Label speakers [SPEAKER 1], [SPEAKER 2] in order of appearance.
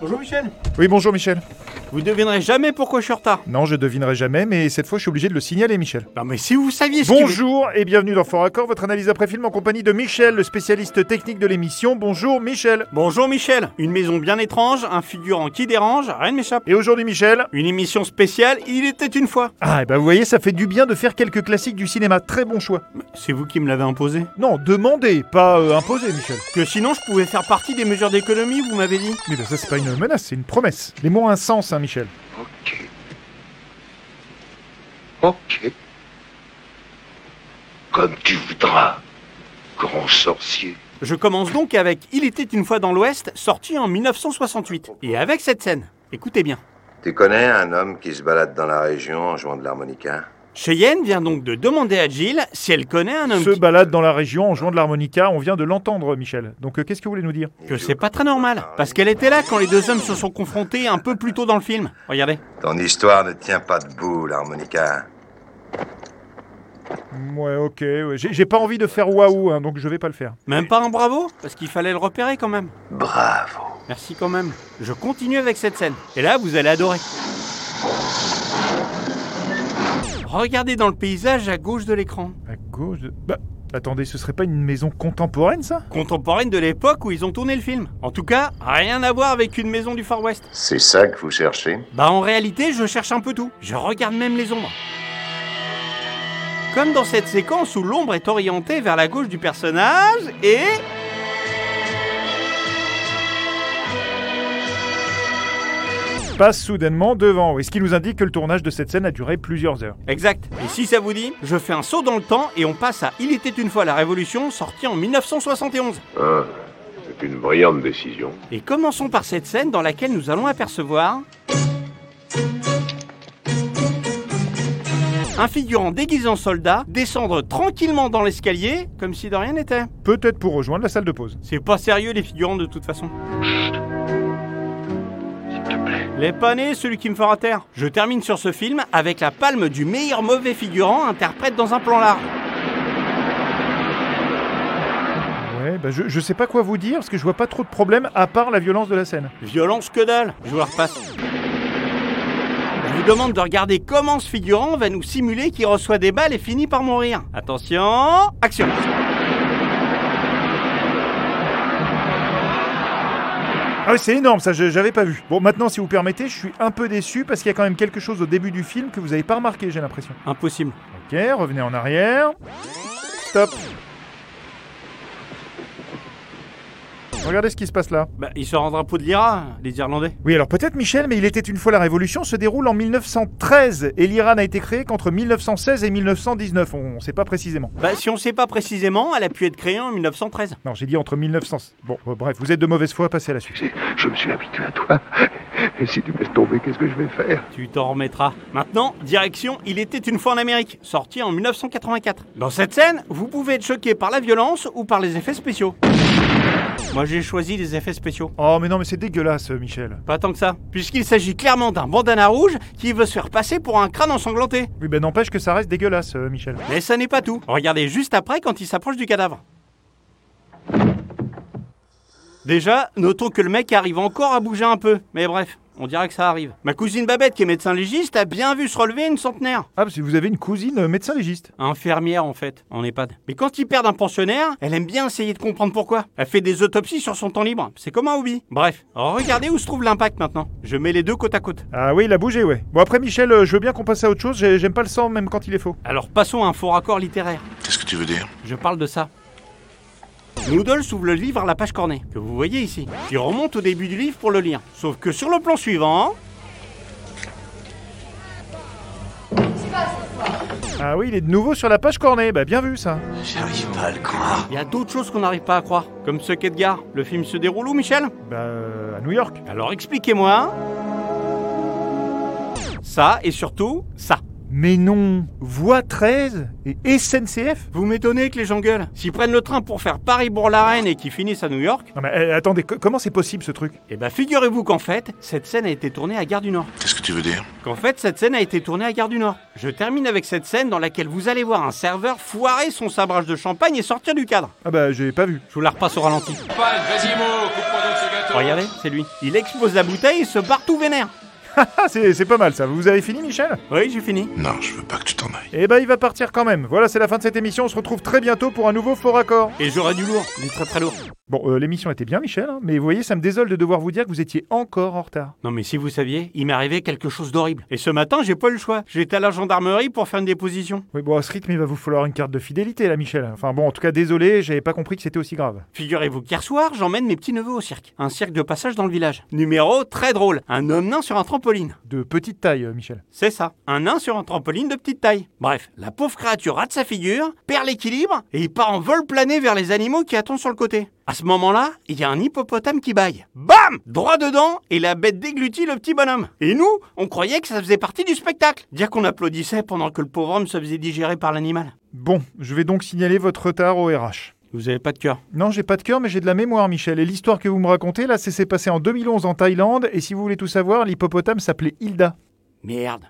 [SPEAKER 1] Bonjour Michel.
[SPEAKER 2] Oui, bonjour Michel.
[SPEAKER 1] Vous devinerez jamais pourquoi je suis en retard.
[SPEAKER 2] Non, je devinerai jamais, mais cette fois, je suis obligé de le signaler, Michel.
[SPEAKER 1] Non mais si vous saviez ce qui m'est-
[SPEAKER 2] Bonjour et bienvenue dans Fort Accord, votre analyse après-film en compagnie de Michel, le spécialiste technique de l'émission. Bonjour Michel.
[SPEAKER 1] Bonjour Michel. Une maison bien étrange, un figurant qui dérange, rien ne m'échappe.
[SPEAKER 2] Et aujourd'hui, Michel
[SPEAKER 1] Une émission spéciale, il était une fois.
[SPEAKER 2] Ah, et ben vous voyez, ça fait du bien de faire quelques classiques du cinéma. Très bon choix.
[SPEAKER 1] C'est vous qui me l'avez imposé.
[SPEAKER 2] Non, demandez, pas euh, imposé, Michel.
[SPEAKER 1] Que sinon je pouvais faire partie des mesures d'économie, vous m'avez dit.
[SPEAKER 2] Mais ben, ça, c'est pas une menace, c'est une promesse. Les mots ont un sens, hein, Michel.
[SPEAKER 3] Ok. Ok. Comme tu voudras, grand sorcier.
[SPEAKER 1] Je commence donc avec Il était une fois dans l'Ouest, sorti en 1968. Et avec cette scène. Écoutez bien.
[SPEAKER 4] Tu connais un homme qui se balade dans la région en jouant de l'harmonica
[SPEAKER 1] Cheyenne vient donc de demander à Jill si elle connaît un homme
[SPEAKER 2] Se
[SPEAKER 1] qui-
[SPEAKER 2] balade dans la région en jouant de l'harmonica, on vient de l'entendre, Michel. Donc, euh, qu'est-ce que vous voulez nous dire
[SPEAKER 1] que c'est pas très normal, parce qu'elle était là quand les deux hommes se sont confrontés un peu plus tôt dans le film. Regardez.
[SPEAKER 4] Ton histoire ne tient pas debout, l'harmonica.
[SPEAKER 2] Ouais, ok, ouais. J'ai j'ai pas envie de faire waouh, hein, donc je vais pas le faire.
[SPEAKER 1] Même pas un bravo, parce qu'il fallait le repérer quand même.
[SPEAKER 4] Bravo.
[SPEAKER 1] Merci quand même. Je continue avec cette scène. Et là, vous allez adorer. Regardez dans le paysage à gauche de l'écran.
[SPEAKER 2] À gauche de... Bah, attendez, ce serait pas une maison contemporaine, ça
[SPEAKER 1] Contemporaine de l'époque où ils ont tourné le film. En tout cas, rien à voir avec une maison du Far West.
[SPEAKER 4] C'est ça que vous cherchez
[SPEAKER 1] Bah en réalité, je cherche un peu tout. Je regarde même les ombres. Comme dans cette séquence où l'ombre est orientée vers la gauche du personnage et...
[SPEAKER 2] Passe soudainement devant, oui, ce qui nous indique que le tournage de cette scène a duré plusieurs heures.
[SPEAKER 1] Exact. Et si ça vous dit, je fais un saut dans le temps et on passe à Il était une fois la Révolution, sorti en 1971.
[SPEAKER 5] Ah, c'est une brillante décision.
[SPEAKER 1] Et commençons par cette scène dans laquelle nous allons apercevoir... Un figurant déguisé en soldat descendre tranquillement dans l'escalier comme si de rien n'était.
[SPEAKER 2] Peut-être pour rejoindre la salle de pause.
[SPEAKER 1] C'est pas sérieux les figurants de toute façon.
[SPEAKER 3] S'il te plaît.
[SPEAKER 1] Les panés, celui qui me fera taire. Je termine sur ce film avec la palme du meilleur mauvais figurant interprète dans un plan large.
[SPEAKER 2] Ouais, bah je, je sais pas quoi vous dire, parce que je vois pas trop de problèmes à part la violence de la scène.
[SPEAKER 1] Violence que dalle, je vous la repasse. Je vous demande de regarder comment ce figurant va nous simuler qu'il reçoit des balles et finit par mourir. Attention, action
[SPEAKER 2] Ah oui, c'est énorme, ça, je- j'avais pas vu. Bon, maintenant, si vous permettez, je suis un peu déçu, parce qu'il y a quand même quelque chose au début du film que vous avez pas remarqué, j'ai l'impression.
[SPEAKER 1] Impossible.
[SPEAKER 2] Ok, revenez en arrière. Stop. Regardez ce qui se passe là.
[SPEAKER 1] Bah, il se rendra peau de l'IRA, les Irlandais.
[SPEAKER 2] Oui, alors peut-être Michel, mais il était une fois la Révolution se déroule en 1913 et l'Iran a été créé qu'entre 1916 et 1919. On ne sait pas précisément.
[SPEAKER 1] Bah, si on sait pas précisément, elle a pu être créée en 1913.
[SPEAKER 2] Non, j'ai dit entre 1900. Bon, euh, bref, vous êtes de mauvaise foi, passez à la suite.
[SPEAKER 5] C'est- Je me suis habitué à toi. Et si tu me laisses tomber, qu'est-ce que je vais faire
[SPEAKER 1] Tu t'en remettras. Maintenant, direction Il était une fois en Amérique, sorti en 1984. Dans cette scène, vous pouvez être choqué par la violence ou par les effets spéciaux. Moi, j'ai choisi les effets spéciaux.
[SPEAKER 2] Oh, mais non, mais c'est dégueulasse, euh, Michel.
[SPEAKER 1] Pas tant que ça, puisqu'il s'agit clairement d'un bandana rouge qui veut se faire passer pour un crâne ensanglanté.
[SPEAKER 2] Oui, ben n'empêche que ça reste dégueulasse, euh, Michel.
[SPEAKER 1] Mais ça n'est pas tout. Regardez juste après quand il s'approche du cadavre. Déjà, notons que le mec arrive encore à bouger un peu. Mais bref, on dirait que ça arrive. Ma cousine Babette, qui est médecin légiste, a bien vu se relever une centenaire.
[SPEAKER 2] Ah, parce que vous avez une cousine euh, médecin légiste.
[SPEAKER 1] Infirmière en fait, en EHPAD. Mais quand ils perdent un pensionnaire, elle aime bien essayer de comprendre pourquoi. Elle fait des autopsies sur son temps libre. C'est comme un hobby. Bref, regardez où se trouve l'impact maintenant. Je mets les deux côte à côte.
[SPEAKER 2] Ah oui, il a bougé, ouais. Bon, après, Michel, euh, je veux bien qu'on passe à autre chose. j'ai- J'aime pas le sang, même quand il est faux.
[SPEAKER 1] Alors passons à un faux raccord littéraire.
[SPEAKER 3] Qu'est-ce que tu veux dire
[SPEAKER 1] Je parle de ça. Noodle s'ouvre le livre à la page cornée, que vous voyez ici. Puis remonte au début du livre pour le lire. Sauf que sur le plan suivant,
[SPEAKER 2] Ah oui, il est de nouveau sur la page cornée. Bah, bien vu, ça.
[SPEAKER 3] J'arrive pas à le croire.
[SPEAKER 1] il y a d'autres choses qu'on n'arrive pas à croire. Comme ce qu'est de gare. Le film se déroule où, Michel
[SPEAKER 2] Bah, euh, à New York.
[SPEAKER 1] Alors expliquez-moi. Ça et surtout ça.
[SPEAKER 2] Mais non, Voie 13 et SNCF
[SPEAKER 1] Vous m'étonnez que les gens gueulent. S'ils prennent le train pour faire Paris-Bourg-la-Reine et qu'ils finissent à New York,
[SPEAKER 2] Non mais euh, attendez, co- comment c'est possible ce truc
[SPEAKER 1] eh ben figurez-vous qu'en fait, cette scène a été tournée à Gare du Nord.
[SPEAKER 6] Qu'est-ce que tu veux dire
[SPEAKER 1] Qu'en fait, cette scène a été tournée à Gare du Nord. Je termine avec cette scène dans laquelle vous allez voir un serveur foirer son sabrage de champagne et sortir du cadre.
[SPEAKER 2] Ah bah j'ai pas vu.
[SPEAKER 1] Je vous la repasse au ralenti. Oh, Regardez, c'est lui. Il explose la bouteille et se barre tout vénère.
[SPEAKER 2] Ah c'est c'est pas mal ça, vous avez fini Michel
[SPEAKER 1] Oui, j'ai fini.
[SPEAKER 6] Non, je veux pas que tu t'en ailles.
[SPEAKER 2] Eh bah il va partir quand même. Voilà c'est la fin de cette émission, on se retrouve très bientôt pour un nouveau fort accord.
[SPEAKER 1] Et j'aurai du lourd, du très très lourd.
[SPEAKER 2] Bon, euh, l'émission était bien Michel, hein, mais vous voyez ça me désole de devoir vous dire que vous étiez encore en retard.
[SPEAKER 1] Non mais si vous saviez, il m'est arrivé quelque chose d'horrible. Et ce matin, j'ai pas eu le choix. J'étais à la gendarmerie pour faire une déposition.
[SPEAKER 2] Oui bon à ce rythme il va vous falloir une carte de fidélité là Michel. Enfin bon en tout cas désolé, j'avais pas compris que c'était aussi grave.
[SPEAKER 1] Figurez-vous qu'hier soir, j'emmène mes petits-neveux au cirque. Un cirque de passage dans le village. Numéro très drôle. Un homme nain sur un trampoline.
[SPEAKER 2] De petite taille euh, Michel.
[SPEAKER 1] C'est ça. Un nain sur un trampoline de petite taille. Bref, la pauvre créature rate sa figure, perd l'équilibre et il part en vol plané vers les animaux qui attendent sur le côté. À ce moment-là, il y a un hippopotame qui baille. Bam Droit dedans et la bête déglutit le petit bonhomme. Et nous, on croyait que ça faisait partie du spectacle. Dire qu'on applaudissait pendant que le pauvre homme se faisait digérer par l'animal.
[SPEAKER 2] Bon, je vais donc signaler votre retard au RH.
[SPEAKER 1] Vous avez pas de cœur.
[SPEAKER 2] Non, j'ai pas de cœur, mais j'ai de la mémoire, Michel. Et l'histoire que vous me racontez, là, c'est c'est passé en 2011 en Thaïlande. Et si vous voulez tout savoir, l'hippopotame s'appelait Hilda.
[SPEAKER 1] Merde.